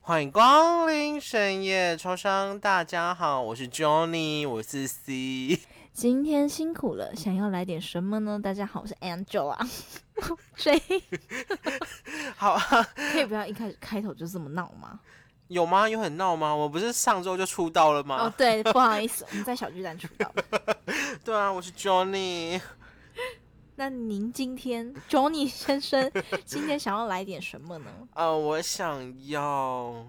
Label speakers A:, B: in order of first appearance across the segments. A: 欢迎光临深夜超商，大家好，我是 Johnny，我是 C。
B: 今天辛苦了，想要来点什么呢？大家好，我是 Angel 啊。谁
A: 好啊，
B: 可以不要一开始开头就这么闹吗？
A: 有吗？有很闹吗？我不是上周就出道了
B: 哦
A: 吗，？
B: 对，不好意思，我们在小巨蛋出道。
A: 对啊，我是 Johnny。
B: 那您今天 Johnny 先生今天想要来点什么呢？
A: 呃，我想要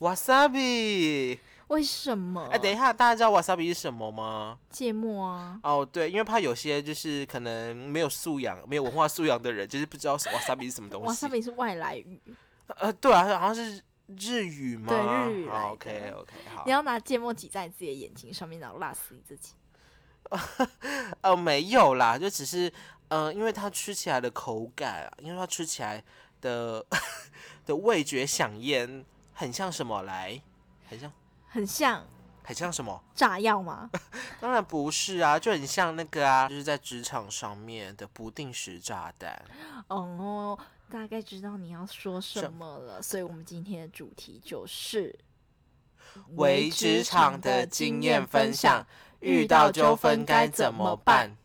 A: wasabi。
B: 为什么？
A: 哎、等一下，大家知道 wasabi 是什么吗？
B: 芥末啊，
A: 哦，对，因为怕有些就是可能没有素养、没有文化素养的人，就是不知道 wasabi 是什么东
B: 哇，
A: 西
B: 上。面是外来语，
A: 呃，对啊，好像是日语吗？
B: 对日语来的
A: o k OK，好
B: 你。要拿芥末挤在自己的眼睛上面，然后辣死你自己。
A: 呃，没有啦，就只是，呃，因为它吃起来的口感啊，因为它吃起来的 的味觉响应很像什么来，很像
B: 很像
A: 很像什么？
B: 炸药吗？
A: 当然不是啊，就很像那个啊，就是在职场上面的不定时炸弹。
B: 哦，大概知道你要说
A: 什
B: 什么了，所以我们今天的主题就是
A: 为职场的经验分享，遇
B: 遇
A: 到
B: 到
A: 纠
B: 纠
A: 纷
B: 纷
A: 该
B: 该
A: 怎
B: 怎
A: 么
B: 么
A: 办
B: 办？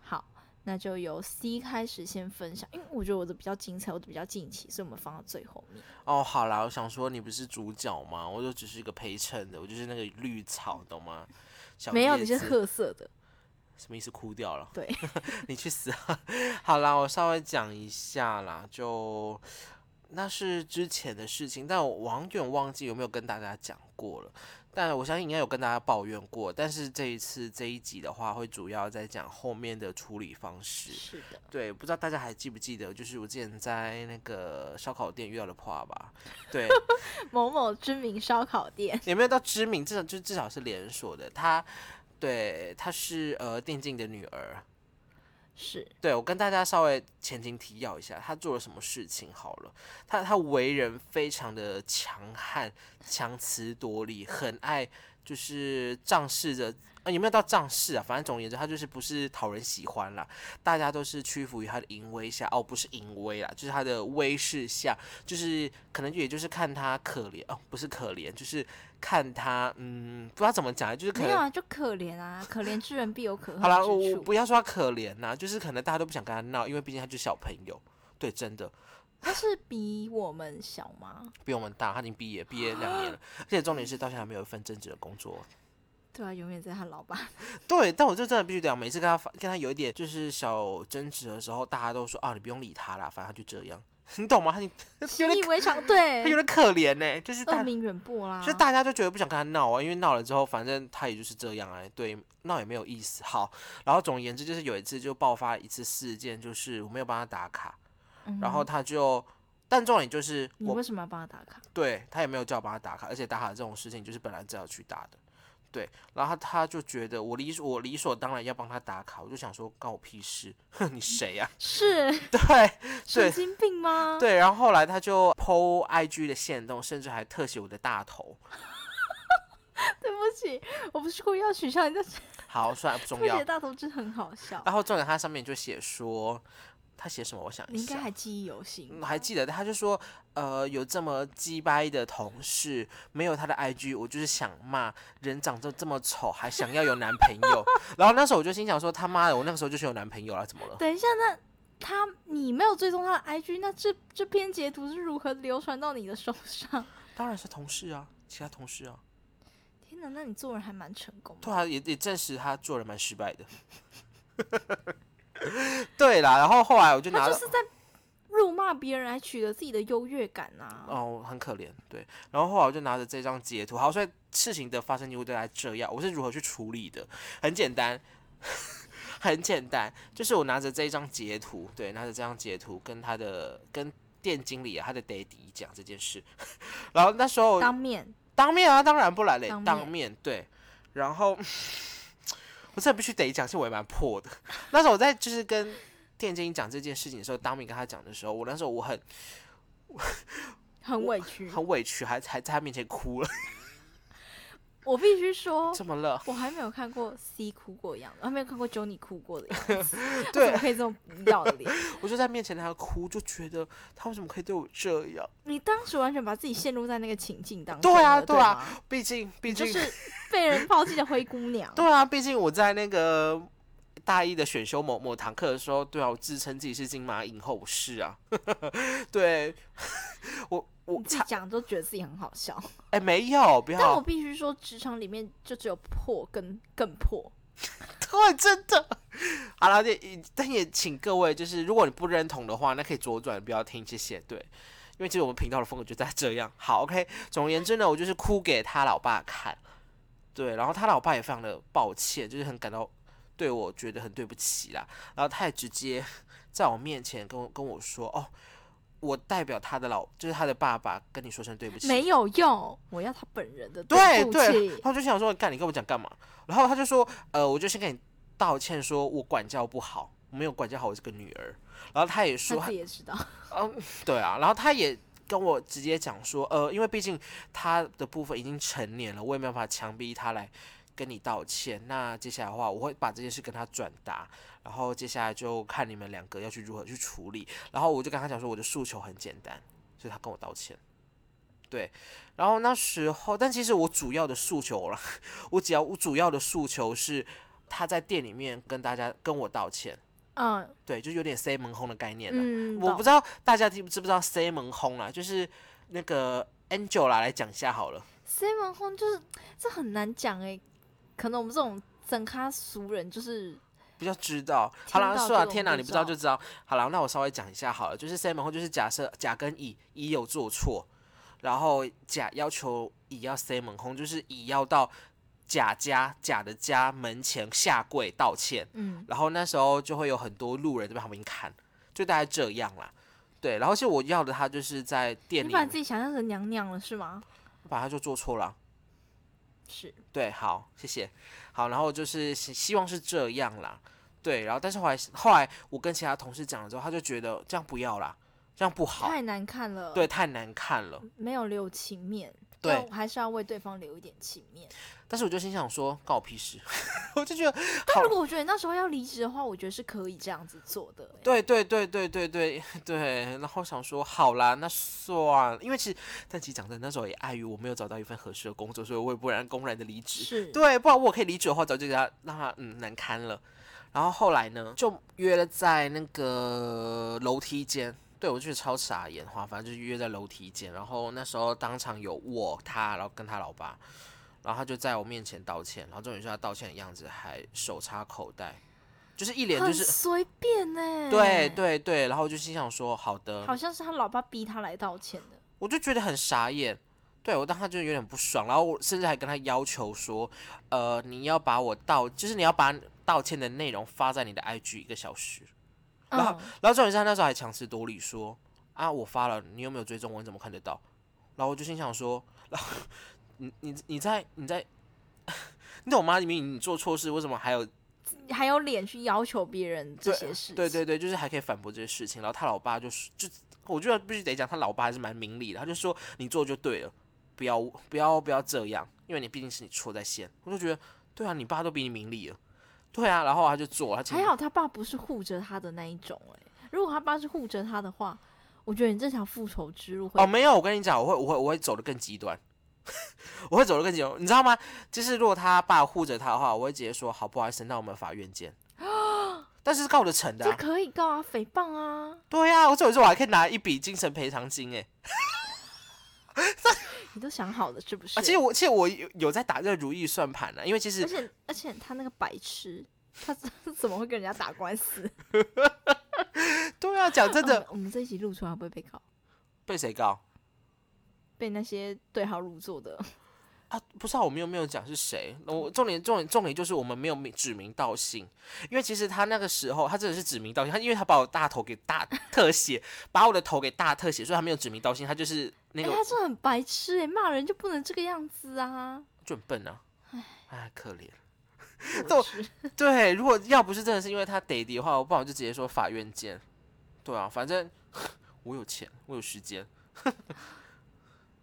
B: 好，那就由 C 开始先分享，因为我觉得我的比较精彩，我的比较近期，所以我们放到最后面。
A: 哦，好啦，我想说你不是主角吗？我就只是一个陪衬的，我就是那个绿草，懂吗？小
B: 没有，
A: 叶
B: 你是
A: 子
B: 褐色的，
A: 什么意思？哭掉了？
B: 对，
A: 你去死啊！ 好啦，我稍微讲一下啦，就那是之前的事情，但我好像有点忘记有没有跟大家讲过了。但我相信应该有跟大家抱怨过，但是这一次这一集的话，会主要在讲后面的处理方式。
B: 是的，
A: 对，不知道大家还记不记得，就是我之前在那个烧烤店遇到的破吧？对，
B: 某某知名烧烤店，
A: 也没有到知名，至少就至少是连锁的。她，对，她是呃电竞的女儿，
B: 是
A: 对我跟大家稍微前情提要一下，他做了什么事情好了。他他为人非常的强悍、强词夺理，很爱就是仗势着啊，有没有到仗势啊？反正总而言之，他就是不是讨人喜欢啦，大家都是屈服于他的淫威下。哦，不是淫威啦，就是他的威势下，就是可能也就是看他可怜哦，不是可怜，就是看他嗯，不知道怎么讲，就是可
B: 没
A: 能
B: 有啊，就可怜啊，可怜之人必有可恨
A: 好啦，
B: 之
A: 我我
B: 处
A: 不要说他可怜呐、就是可能大家都不想跟他闹，因为毕竟他就是小朋友。对，真的
B: 他是比我们小 吗？
A: 比我们大，他已经毕业毕业两 年了，而且重点是到现在还没有一份正职的工作。
B: 对啊，永远在他老爸。
A: 对，但我就真的必须讲，每次跟他发跟他有一点就是小争执的时候，大家都说啊，你不用理他啦，反正他就这样， 你懂吗？他
B: 习以为常，对
A: 他有，点可怜呢、就是大
B: 恶名啊远播啦。
A: 就大家就觉得不想跟他闹啊，因为闹了之后，反正他也就是这样啊，对，闹也没有意思。好，然后总而言之，就是有一次就爆发一次事件，就是我没有帮他打卡，然后他就，但重点就是
B: 嗯你
A: 我
B: 为什么要帮他打卡？
A: 对他也没有叫我帮他打卡，而且打卡这种事情就是本来就要去打的，对，然后他就觉得我理我理所当然要帮他打卡，我就想说关我屁事，哼，你谁呀、
B: 是
A: 对，
B: 神经病吗？，
A: 对，然后后来他就 PO IG 的线动，甚至还特写我的大头。
B: 对不起，我不是故意要取笑你，但是
A: 好，算了，不重
B: 特
A: 要啊
B: 写。大头真很好笑。
A: 然后重点他上面就写说，他写什么？我想一
B: 你应该
A: 下，
B: 还记忆犹新
A: 嗯。还记得他就说，呃，有这么鸡掰的同事，没有他的 IG，我就是想骂人长得这么丑，还想要有男朋友。 然后那时候我就心想说，他妈的，我那个时候就是有男朋友了，怎么了？
B: 等一下，那他你没有追踪他的 IG，那这这篇截图是如何流传到你的手上？
A: 当然是同事啊，其他同事啊。
B: 天哪，那你做人还蛮成功的。
A: 对啊，也也证实他做人蛮失败的。 对啦，然后后来我就拿
B: 他
A: 了。
B: 就是在辱骂别人，还取得自己的优越感啊！
A: 哦，很可怜，对。然后后来我就拿着这张截图，好，所以事情的发生就会大概这样。我是如何去处理的？很简单， 很简单，就是我拿着这一张截图，对，拿着这张截图跟他的跟店经理、啊、他的 daddy 讲这件事。 然后那时候
B: 当面
A: 当面啊，当然不然嘞，
B: 当面
A: 当面对。然后 我真的必须得讲，其实我也蛮破的。那时候我在就是跟店经理讲这件事情的时候，当面跟他讲的时候，我那时候我很
B: 很委屈，
A: 很委屈，还还在他面前哭了。
B: 我必须说，
A: 怎么了？
B: 我还没有看过 C 哭过的样子，我还没有看过 Johnny 哭过的 样子。
A: 对
B: 我怎么可以这么不要脸？
A: 我就在面前让他哭，就觉得他为什么可以对我这样？
B: 你当时完全把自己陷入在那个情境当中
A: 对
B: 了。
A: 啊
B: 对
A: 对啊
B: 吗，
A: 毕竟，毕
B: 你就
A: 竟，
B: 是被人抛弃的灰姑娘。
A: 对啊，毕竟我在那个大一的选修某某堂课的时候，对啊，我自称自己是金马影后，我是啊， 对我我
B: 你自己讲都觉得自己很好笑，
A: 哎、没有，不
B: 但我
A: 要，
B: 必须说，职场里面就只有破跟更破。
A: 对， 真的。好了，也但也请各位，就是如果你不认同的话，那可以左转，不要听，谢谢。对，因为其实我们频道的风格就在这样。好，OK。总而言之呢，我就是哭给他老爸看，对，然后他老爸也非常的抱歉，就是很感到对我觉得很对不起啦。然后他也直接在我面前跟我跟我说，哦，我代表他的老，就是他的爸爸跟你说声对不起。
B: 没有用，我要他本人的
A: 对
B: 不
A: 对，
B: 起
A: 然后就想说，干你跟我讲干嘛？然后他就说，呃，我就先跟你道歉，说我管教不好，我没有管教好我这个女儿。然后他也说，
B: 他自己也知道，
A: 嗯，对啊，然后他也跟我直接讲说，呃，因为毕竟他的部分已经成年了，我也没办法强逼他来跟你道歉。那接下来的话，我会把这件事跟他转达，然后接下来就看你们两个要去如何去处理。然后我就跟他讲说，我的诉求很简单，所以他跟我道歉。对，然后那时候，但其实我主要的诉求啦，我只要我主要的诉求是他在店里面跟大家跟我道歉，
B: 嗯
A: 对，就有点 C 门红的概念啦。啊
B: 嗯，
A: 我不
B: 知
A: 知道大家知不知不知道 C 门轰啦，就是那个 Angel 啦，来讲一下好了。
B: Simon Hong 就是这很难讲哎、可能我们这种整咖俗人就是
A: 比较知道，好
B: 听
A: 啦，
B: 到
A: 算了，
B: 这个
A: 天
B: 我
A: 哪，
B: 就
A: 你不
B: 知
A: 知道
B: 道
A: 就知道。好啦，那我稍微讲一下好了，就是 C 门轰就是假设甲跟乙，乙有做错，然后甲要求乙要 C 门轰，就是乙要到甲家甲的家门前下跪道歉，
B: 嗯
A: 然后那时候就会有很多路人在旁边看，就大概这样啦。对，然后其实我要的他就是在店
B: 你
A: 里
B: 把
A: 面
B: 自己想象成娘娘了是吗？
A: 把他就做错了啊。
B: 是，
A: 对，好，谢谢。好，然后就是希希望是这样啦。对，然后但是后来后来我跟其他同事讲了之后，他就觉得这样不要啦，这样不好，
B: 太难看了，
A: 对，，太难看了。
B: 没有留情面，
A: 对
B: 但我还是要为对方留一点情面。
A: 但是我就心想说，关我屁事， 我就觉得
B: 但
A: 好
B: 如。果我觉得你那时候要离职的话，我觉得是可以这样子做的、欸。
A: 对对对对对对 对，然后想说好啦，那算了，因为其实但其实讲真的，那时候也碍于我没有找到一份合适的工作，所以我也不然公然的离职。
B: 是，
A: 对，不然我可以离职的话，早就给他让他嗯难堪了。然后后来呢，就约了在那个楼梯间。对，我就是超傻眼话，反正就是约在楼梯间。然后那时候当场有我他，然后跟他老爸，然后他就在我面前道歉，然后重点是他道歉的样子还手插口袋，就是一脸就
B: 很
A: 是
B: 随便呢、
A: 对，对对，然后我就心想说好的，
B: 好像是他老爸逼他来道歉的。
A: 我就觉得很傻眼。对我当他就有点不爽，然后我甚至还跟他要求说，呃，你要把我道，就是你要把道歉的内容发在你的 IG 一个小时。然后
B: 嗯，
A: 然后重点是他那时候还强词夺理说，啊，我发了，你有没有追踪我？你怎么看得到？然后我就心想说，然后 你你你在你在， 你懂吗？你明明你做错事，为什么还有
B: 你嗯还有脸去要求别人这些事情？
A: 对对对，就是还可以反驳这些事情。然后他老爸就是就，我觉得必须得讲，他老爸还是蛮明理的。他就说你做就对了，不要不要不要这样，因为你毕竟是你错在先。我就觉得，对啊，你爸都比你明理了，对啊。然后他就做，他其实
B: 还好他爸不是护着他的那一种、欸。如果他爸是护着他的话，我觉得你这条复仇之路会、
A: 哦，没有，我跟你讲，我会我会我会走得更极端。 我会走得更极端，你知道吗？就是如果他爸护着他的话，我会直接说好，不好意思，那我们法院见。 但是是告得成的、
B: 这
A: 啊，
B: 可以告啊，诽谤啊！
A: 对呀、啊，我走一走，我还可以拿一笔精神赔偿金哎、
B: 你都想好了是不是？
A: 啊，其实我其实我有有在打这个如意算盘呢、啊因为其
B: 而
A: 实
B: 且而且他那个白痴，他怎么会跟人家打官司？
A: 对啊， 讲真
B: 我
A: 的
B: 们，我们这一集录出来会不会被告？
A: 被谁告
B: 被那些对号入座的，
A: 啊？不知道我们有没有讲是谁？我重点重点重点就是我们没有明指名道姓，因为其实他那个时候他真的是指名道姓，他因为他把我大头给大特写，把我的头给大特写，所以他没有指名道姓，他就是那
B: 哎、
A: 个、
B: 他真的很白痴哎、骂人就不能这个样子啊！
A: 就很笨啊，哎，可怜。
B: 我
A: 都
B: 是
A: 对，如果要不是真的是因为他得的话，我不好就直接说法院 见。对啊，反正我有钱，我有时间。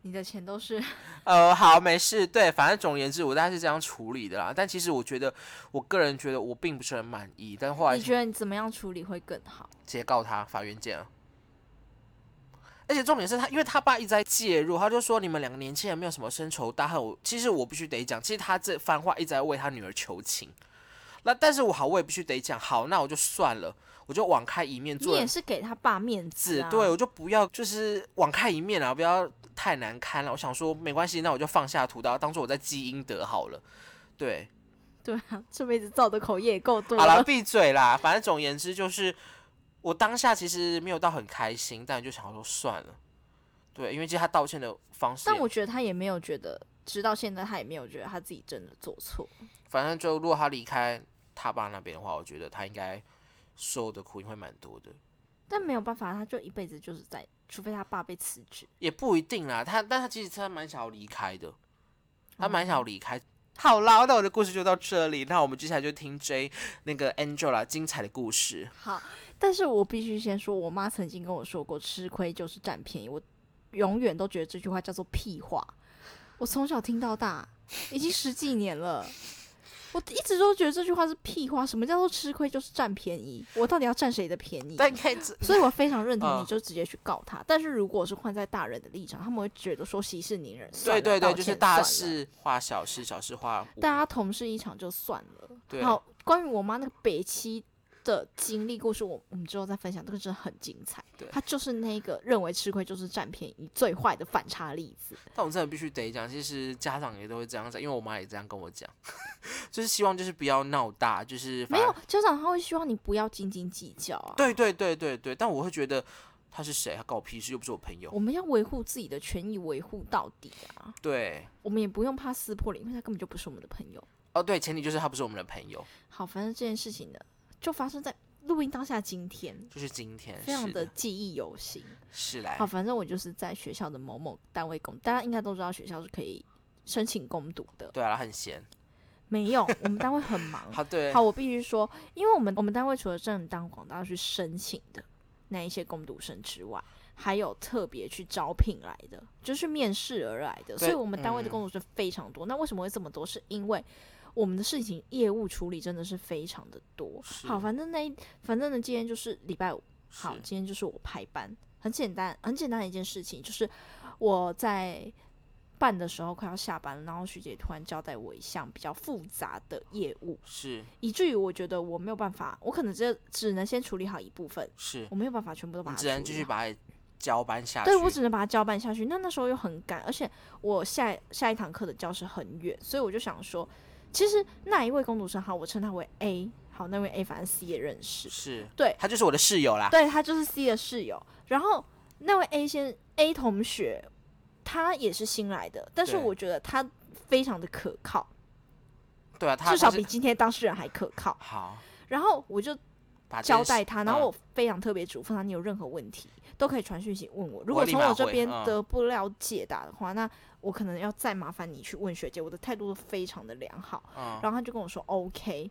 B: 你的钱都是
A: 呃，好，没事，对，反正总而言之，我大概是这样处理的啦。但其实我觉得，我个人觉得我并 不是很满意，但后来
B: 你
A: 直
B: 觉得你怎么样处理会更好？
A: 接告他，法院见啊。而且重点是他，因为他爸一直在介入，他就说你们两个年轻人没有什么深仇大恨。我其实我必须得讲，其实他这番话一直在为他女儿求情。那但是我好，我也必须得讲，好，那我就算了，我就网开一面
B: 你
A: 做
B: 也是给他爸面子、
A: 子
B: 啊，，
A: 对我就不要就是网开一面啊，不要太难堪了。我想说没关系，那我就放下屠刀，当做我在积阴德好了。对，
B: 对啊，这辈子造的口业也够多啊
A: 好了，
B: 了。
A: 闭嘴啦！反正总而言之，就是我当下其实没有到很开心，但就想说算了。对，因为其实他道歉的方式也，
B: 但我觉得他也没有觉得，直到现在他也没有觉得他自己真的做错。
A: 反正就如果他离开他爸那边的话，我觉得他应该受的苦应该蛮多的，
B: 但没有办法，他就一辈子就是在，除非他爸被辞职。
A: 也不一定啦。他，但他其实他蛮想要离开的，他蛮想要离开。嗯好啦，那我的故事就到这里，那我们接下来就听 J 那个 Angela 精彩的故事。
B: 好，但是我必须先说，我妈曾经跟我说过，吃亏就是占便宜。我永远都觉得这句话叫做屁话。我从小听到大，已经十几年了。我一直都觉得这句话是屁话。什么叫做吃亏就是占便宜？我到底要占谁的便宜？
A: 但应该 这
B: 所以我非常认同，
A: 嗯
B: 你就直接去告他。但是如果是换在大人的立场，他们会觉得说息事宁人，
A: 对
B: 算了
A: 对
B: 道
A: 对，就
B: 歉
A: 是大
B: 算了
A: 事化小事，小事化无。
B: 大家同事一场就算
A: 对
B: 了。好，关于我妈那个北七的经历故事，我我们之后再分享，这个真的很精彩
A: 对。
B: 她就是那个认为吃亏就是占便宜最坏的反差例子。
A: 但我真的必须得讲，其实家长也都会这样讲，因为我妈也这样跟我讲， 就是希望就是不要闹大，就是
B: 没
A: 反
B: 有家长他会希望你不要斤斤计较啊。
A: 对对对对对，但我会觉得他是谁，他搞屁事，又不是我朋友
B: 我，们要维护自己的权益，维护到底啊！
A: 对，
B: 我们也不用怕撕破脸，因为他根本就不是我们的朋友。
A: 哦对，前提就是他不是我们的朋友，
B: 好，反正这件事情呢，就发生在录音当下今天，
A: 就是今天
B: 非常
A: 是
B: 的
A: 的，哎
B: 记忆犹新。
A: 是来
B: 好，，反正我就是在学校的某某单位攻，大家应该都知道学校是可以申请攻读的。
A: 对啊，他很闲，
B: 没有，我们单位很忙。
A: 他对
B: 嗯好，，我必须说，因为我们我们单位除了正当广大去申请的那一些攻读生之外，还有特别去招聘来的，就是面试而来的，所以
A: 对
B: 我们单位的
A: 嗯
B: 攻读生非常多。那为什么会这么多？是因为我们的事情业务处理真的是非常的多。
A: 是
B: 好，反正那一反正呢，今天就是礼拜五，好，
A: 是
B: 今天就是我排班，很简单，很简单的一件事情，就是我在办的时候快要下班了，然后学姐突然交代我一项比较复杂的业务，
A: 是
B: 以至于我觉得我没有办法，我可能这只能先处理好一部分，
A: 是，
B: 我没有办法全部都把
A: 你
B: 它
A: 只能继
B: 处理
A: 续
B: 好。
A: 把他交班下去，
B: 对，我只能把它交办下去。那那时候又很赶，而且我下下一堂课的教室很远，所以我就想说，其实那一位工读生，好，我称他为 A，好，那位 A 反正 C 也认识，
A: 是，
B: 对
A: 他就是我的室友啦，
B: 对他就是 C 的室友。然后那位 A 先 A 同学，他也是新来的，但是
A: 对
B: 我觉得他非常的可靠，
A: 对啊，他
B: 至少
A: 他是
B: 比今天当事人还可靠。
A: 好，
B: 然后我就
A: 把这
B: 交
A: 件事
B: 代他，然后
A: 嗯
B: 我非常特别嘱咐他，你有任何问题都可以传讯息问我。如
A: 我
B: 果
A: 会立
B: 从
A: 马
B: 我这
A: 回
B: 边
A: 嗯
B: 得不了解答的话，那我可能要再麻烦你去问学姐。我的态度都非常的良好，
A: 嗯
B: 然后他就跟我说 OK。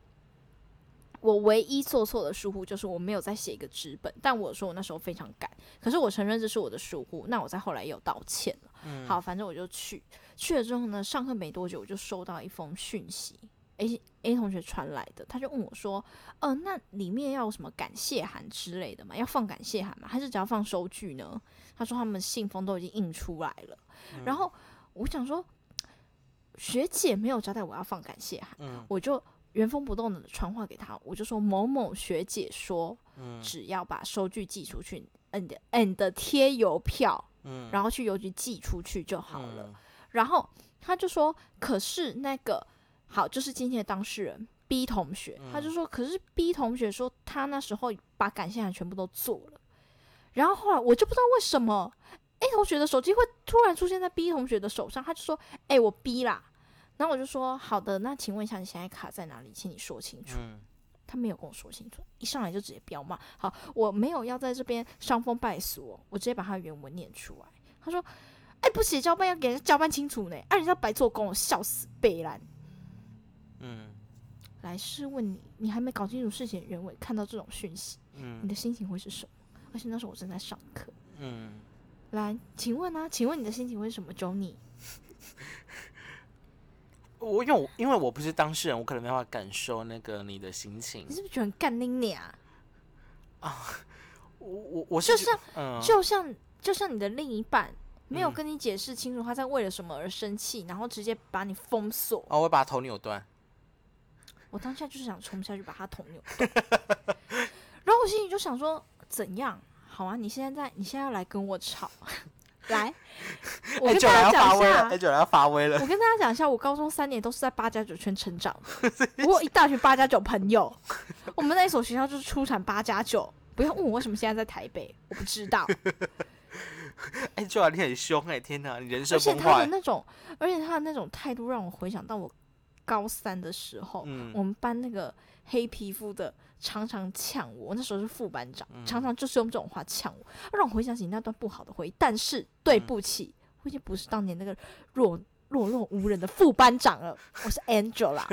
B: 我唯一做错的疏忽就是我没有再写一个纸本，但我说我那时候非常赶，可是我承认这是我的疏忽，那我在后来也有道歉了。
A: 嗯
B: 好，反正我就去，去了之后呢，上课没多久我就收到一封讯息，A A 同学传来的，他就问我说，呃，那里面要有什么感谢函之类的吗？要放感谢函吗？还是只要放收据呢？他说他们信封都已经印出来了，然后我想说，学姐没有交代我要放感谢函，
A: 嗯
B: 我就。原封不动的传话给他，我就说某某学姐说，
A: 嗯
B: 只要把收据寄出去，and and 贴邮票，
A: 嗯，
B: 然后去邮局寄出去就好了。
A: 嗯，
B: 然后他就说，可是那个好，就是今天的当事人 B 同学，他就说，可是 B 同学说他那时候把感谢函全部都做了，然后后来我就不知道为什么 A 同学的手机会突然出现在 B 同学的手上，他就说，哎、我 B 啦。然后我就说好的，那请问一下你现在卡在哪里？请你说清楚。
A: 嗯
B: 他没有跟我说清楚，一上来就直接飙骂。好，我没有要在这边伤风败俗、哦，我直接把他原文念出来。他说：“哎、不写交办要给人家交办清楚呢，啊，人家白做工，我笑死，北兰。
A: 嗯”
B: 来试问你，你还没搞清楚事情的原委，看到这种讯息，
A: 嗯
B: 你的心情会是什么？而且那时候我正在上课，
A: 嗯，
B: 来，请问呢、请问你的心情会是什么？Johnny，
A: 我因为我因为我不是当事人，我可能没办法感受那个你的心情
B: 你。是不是觉得很干拎你啊？
A: 我我我
B: 就是是
A: 觉嗯，
B: 就像就像你的另一半没有跟你解释清楚他在为了什么而生气，然后直接把你封锁。
A: 哦，我会把头扭断。
B: 我当下就是想冲下去把他捅扭断然后我心里就想说，怎样？好啊，你现在在，你现在要来跟我吵，来，我
A: 哎，
B: 跟
A: 九来
B: 大
A: 要
B: 家讲
A: 发
B: 一
A: 威了，
B: 下
A: 哎，，九来要发威了。
B: 我跟大家讲一下，我高中三年都是在八加九圈成长 的，我有一大群八加九朋友，我们那一所学校就是出产八加九。不要问我为什么现在在台北，我不知道。
A: 哎，九来你很凶哎，天哪，你人
B: 而
A: 设
B: 且
A: 崩
B: 他的
A: 坏。
B: 那种，而且他的那种态度让我回想到我高三的时候，
A: 嗯
B: 我们班那个黑皮肤的常常呛我，我那时候是副班长，
A: 嗯
B: 常常就是用这种话呛我，让我回想起那段不好的回忆。但是对不起，我已经不是当年那个弱弱弱无人的副班长了， 我是 Angela，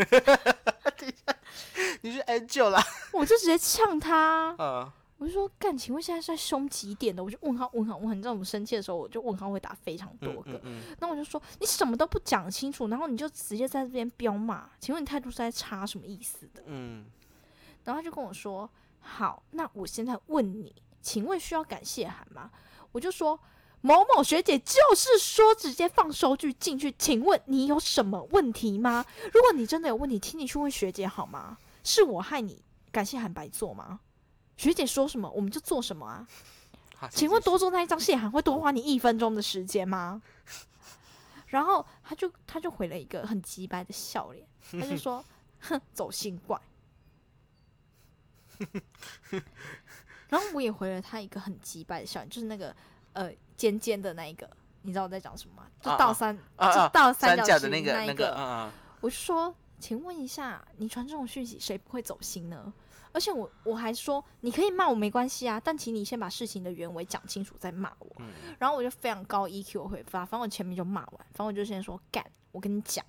A: 你是 Angel 啦，
B: 我就直接呛他，
A: 嗯，
B: 我就说干，请问现在是在凶几点的？我就问号问号问号，你知道我们生气的时候，我就问号会打非常多
A: 嗯
B: 个。
A: 嗯嗯，
B: 那我就说你什么都不讲清楚，然后你就直接在这边彪骂，请问你态度是在差什么意思的？
A: 嗯，
B: 然后他就跟我说，好，那我现在问你，请问需要感谢函吗？我就说某某学姐就是说直接放收据进去，请问你有什么问题吗？如果你真的有问题，请你去问学姐好吗？是我害你感谢函白做吗？学姐说什么我们就做什么啊。
A: 好
B: 请问多做那一张谢函会多花你一分钟的时间吗？ 然后他就他就回了一个很鸡白的笑脸，他就 说：“哼，走心怪。” 然后我也回了他一个很鸡白的笑脸，就是那个呃尖尖的那一个，你知道我在讲什么吗？就
A: 啊
B: 倒
A: 啊
B: 三，
A: 啊啊
B: 就倒
A: 三
B: 角
A: 角
B: 形
A: 的那个
B: 一
A: 那个，嗯
B: 我就说，请问一下，你传这种讯息，谁不会走心呢？而且我我还说，你可以骂我没关系啊，但请你先把事情的原委讲清楚再骂我。
A: 嗯嗯
B: 然后我就非常高 EQ 回发，反正我前面就骂完，反正我就先说干，我跟你讲，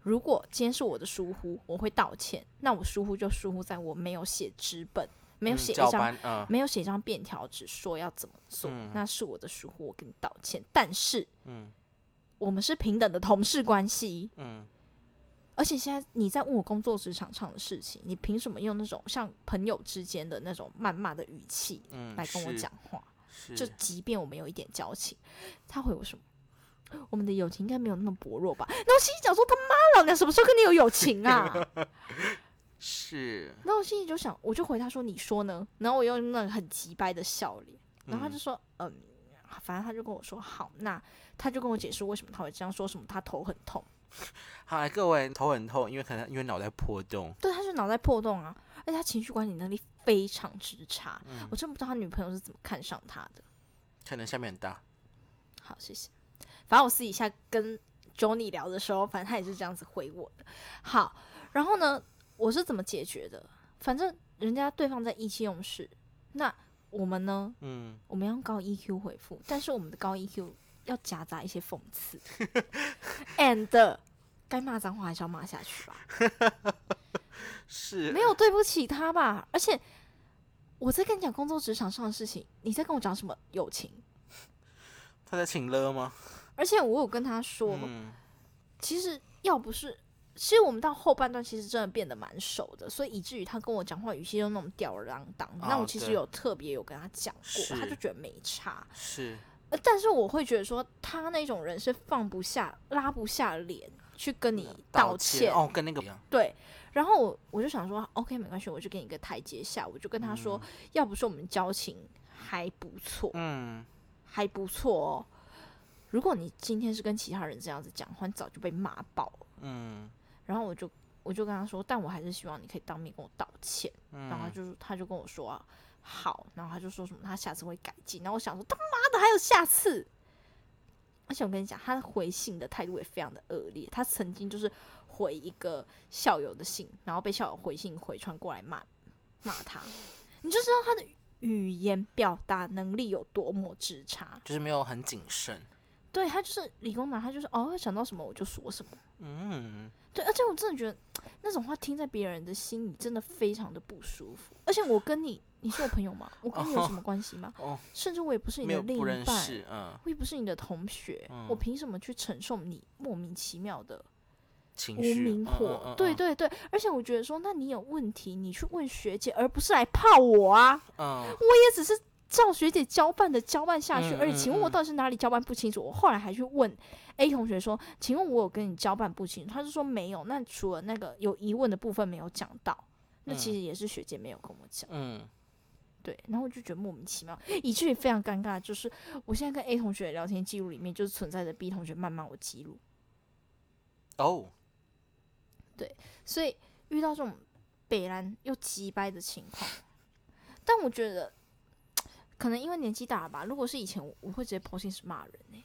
B: 如果今天是我的疏忽，我会道歉。那我疏忽就疏忽在我没有写纸本，没有
A: 嗯
B: 写一
A: 照
B: 张
A: 搬，嗯
B: 没有写一张便条纸说要怎么做，
A: 嗯
B: 那是我的疏忽，我跟你道歉。但是
A: 嗯
B: 我们是平等的同事关系，
A: 嗯
B: 而且现在你在问我工作职场上的事情，你凭什么用那种像朋友之间的那种谩骂的语气
A: 嗯，
B: 来跟我
A: 是
B: 讲，话？
A: 是
B: 就即便我们有一点交情，他回我什么？我们的友情应该没有那么薄弱吧？那我心里想说，他妈老娘什么时候跟你有友 情啊？
A: 是，
B: 那我心里就想，我就回他说，你说呢？然后我用那个很急掰的笑脸，然后他
A: 嗯
B: 就说，嗯，反正他就跟我说好，那他就跟我解释为什么他会这样说，什么他头很痛。
A: 嗨，各位头很痛，因为可能因为脑袋破洞。
B: 对，他就脑袋破洞啊，而且他情绪管理能力非常之差，我真不知道他女朋友是怎么看上他的。
A: 可能下面很大。
B: 好，谢谢。反正我私底下跟 Johnny 聊的时候，反正他也是这样子回我的。好，然后呢，我是怎么解决的？反正人家对方在意气用事，那我们呢，
A: 嗯，
B: 我们要用高 EQ 回复，但是我们的高 EQ 要夹杂一些讽刺 ，and 该骂脏话还是要骂下去吧。
A: 是
B: 没有对不起他吧？而且我在跟你讲工作职场上的事情，你在跟我讲什么友情？
A: 他在请了吗？
B: 而且我有跟他说，
A: 嗯
B: 其实要不是，其实我们到后半段其实真的变得蛮熟的，所以以至于他跟我讲话语气都那种吊儿郎当。
A: 哦
B: 那我其实
A: 对
B: 有特别有跟他讲
A: 是
B: 过，他就觉得没差。
A: 是
B: 呃但是我会觉得说，他那种人是放不下、拉不下脸去
A: 嗯
B: 跟你道歉。
A: 哦，跟那个一样。
B: 对，然后我我就想说，OK，没关系，我就给你一个台阶下，我就跟他说，要不是我们交情还不错，
A: 嗯，
B: 还不错哦。如果你今天是跟其他人这样子讲话，你早就被骂爆了。
A: 嗯
B: 然后我就我就跟他说，但我还是希望你可以当面跟我道歉。然后他
A: 嗯，
B: 就他就跟我说、啊、好，然后他就说什么他下次会改进。然后我想说，他妈的还有下次。而且我跟你讲，他回信的态度也非常的恶劣。他曾经就是回一个校友的信，然后被校友回信回传过来骂骂他，你就知道他的语言表达能力有多么之差。
A: 就是没有很谨慎。
B: 对他就是理工男，他就是哦想到什么我就说什么。
A: 嗯，
B: 对，而且我真的觉得那种话听在别人的心里真的非常的不舒服。而且我跟你，你是我朋友吗？我跟你有什么关系吗？
A: 哦，
B: 甚至我也不是你
A: 没
B: 的
A: 有
B: 另
A: 不
B: 一
A: 认
B: 半，
A: 识，嗯，
B: 我也不是你的同学，
A: 嗯
B: 我凭什么去承受你莫名其妙的
A: 情
B: 无
A: 绪，
B: 名
A: 嗯
B: 火？
A: 嗯嗯
B: 对对对，而且我觉得说，那你有问题，你去问学姐，而不是来泡我啊！
A: 嗯，
B: 我也只是。照学姐交办的交办下去，
A: 嗯
B: 而且请问
A: 嗯
B: 我
A: 嗯
B: 到底是哪里交办不清楚？我后来还去问 A 同学说：“请问我有跟你交办不清楚？”他就说没有。那除了那个有疑问的部分没有讲到，那
A: 嗯
B: 其实也是学姐没有跟我讲。
A: 嗯
B: 对，然后我就觉得莫名其妙，以至于非常尴尬。就是我现在跟 A 同学的聊天记录里面，就是存在着 B 同学谩骂我记录，
A: 哦，
B: 所以遇到这种北兰又急掰的情况，但我觉得可能因为年纪大了吧，如果是以前我，我会直接抛信是骂人呢、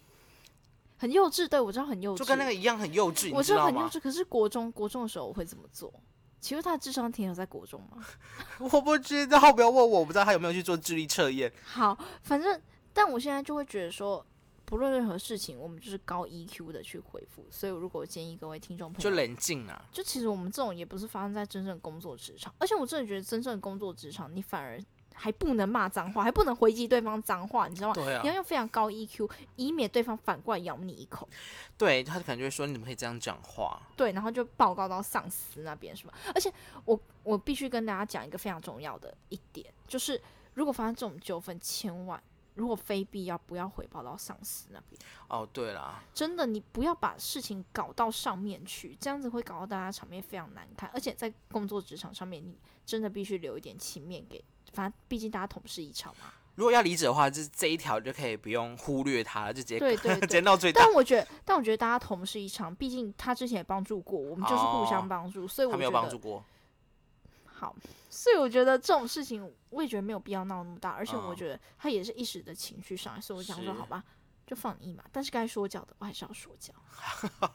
B: 很幼稚。对我知道很幼稚，
A: 就跟那个一样很幼稚，你
B: 我
A: 知
B: 知道
A: 道
B: 很幼
A: 吗？
B: 稚，可是国中国中的时候我会怎么做？请问他的智商停留在国中吗？
A: 我不知道，不要问我，我不知道他有没有去做智力测验。
B: 好，反正但我现在就会觉得说，不论任何事情，我们就是高 EQ 的去回复。所以，如果我建议各位听众朋
A: 就
B: 友，
A: 冷静啊，
B: 就其实我们这种也不是发生在真正工作职场，而且我真的觉得真正工作职场，你反而还不能骂脏话，还不能回击对方脏话，你知道吗？
A: 对啊
B: 你，要用非常高 EQ，以免对方反过来咬你一口，
A: 对他感觉说你怎么可以这样讲话？
B: 对，然后就报告到上司那边，是吧？而且我我必须跟大家讲一个非常重要的一点，就是如果发生这种纠纷，千万如果非必要，不要回报到上司那边。
A: 哦，对啦，
B: 真的，你不要把事情搞到上面去，这样子会搞到大家场面非常难看。而且在工作职场上面，你真的必须留一点情面给，反正毕竟大家同事一场嘛。
A: 如果要离职的话，就是这一条就可以不用忽略它了，就直接
B: 对对
A: 直
B: 对
A: 接。闹最大。
B: 但我觉得，但我觉得大家同事一场，毕竟他之前也帮助过我们，就是互相
A: 哦
B: 帮助，所以我
A: 他没有
B: 觉
A: 帮助
B: 得
A: 过，
B: 好。所以我觉得这种事情，我也觉得没有必要闹那么大。而且我
A: 嗯
B: 觉得他也是一时的情绪上来，所以我想说，
A: 是
B: 好吧，就放你一马。但是该说教的，我还是要说教。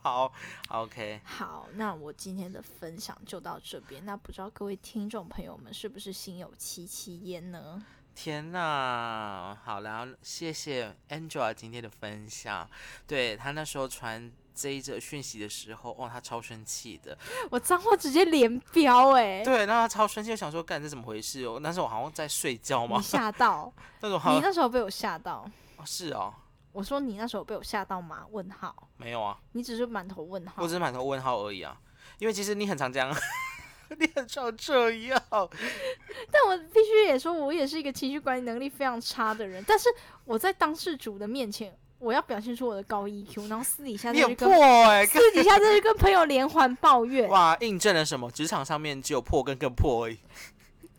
A: 好，OK，
B: 好，那我今天的分享就到这边。那不知道各位听众朋友们是不是心有戚戚焉呢？
A: 天呐，好啦，谢谢 Angela 今天的分享。对他那时候传这一则讯息的时候，哦，他超生气的，
B: 我脏话直接连标哎、
A: 对，然后他超生气，我想说，干这怎么回事哦？那时候我好像在睡觉
B: 你
A: 嘛，
B: 吓到，
A: 那种
B: 你
A: 好像
B: 那时候被我吓到。
A: 哦是哦，
B: 我说你那时候被我吓到吗？问号，
A: 没有啊，
B: 你只是满头问号
A: 我只。是满头问号而已啊，因为其实你很常这样， 你很常这样，
B: 但我必须也说，我也是一个情绪管理能力非常差的人。但是我在当事主的面前，我要表现出我的高 EQ，然后私底下
A: 你
B: 再
A: 很
B: 去
A: 破
B: 跟
A: 哎、干
B: 私底下再去跟朋友连环抱怨。
A: 哇，印证了什么？职场上面只有破跟更破而已。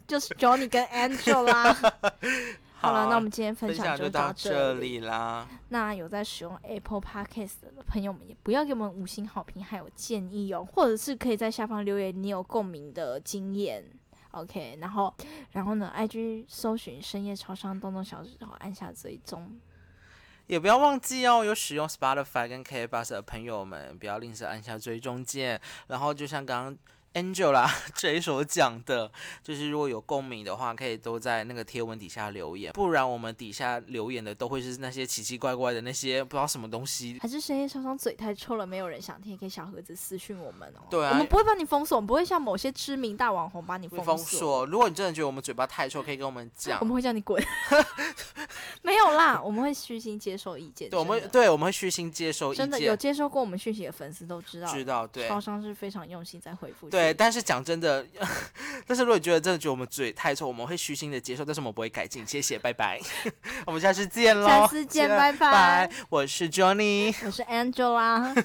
B: 就是 Johnny 跟 Angela。好了，
A: 好啊
B: 那我们今天分
A: 分
B: 享
A: 享就
B: 到
A: 到
B: 这
A: 这。里啦，
B: 那有在使用 Apple Podcast 的朋友们，也不要给我们五星好评，还有建议哦，或者是可以在下方留言你有共鸣的经验。OK，然后，然后呢？IG 搜寻深夜超商，动动小指头，按下追踪。
A: 也不要忘记哦，有使用 Spotify 跟 K Bus 的朋友们，不要吝啬按下追踪键。然后就像刚刚 Angela 这一所讲的，就是如果有共鸣的话，可以都在那个贴文底下留言，不然我们底下留言的都会是那些奇奇怪怪的那些不知道什么东西。
B: 还是深夜超商嘴太臭了，没有人想听，也可以小盒子私讯我们哦。
A: 对啊
B: 我们不会把你封锁，我们不会像某些知名大网红把你
A: 会
B: 封
A: 封锁，如果你真的觉得我们嘴巴太臭，可以跟我们讲
B: 我。们会叫你滚。没有啦，我们会虚心接受意见。
A: 对，我
B: 真
A: 们
B: 的
A: 对我们会虚心接收意
B: 真的有
A: 见，
B: 接收过我们讯息的粉丝都知道，
A: 知道对。
B: 超商是非常用心在回复。
A: 对，，但是讲真的， 但是如果你觉得真的觉得我们嘴太臭，我们会虚心的接受，但是我们不会改进。谢谢，拜拜， 我们下次见喽，
B: 下次见拜拜
A: 拜，我是 Johnny。
B: 我是 Angela。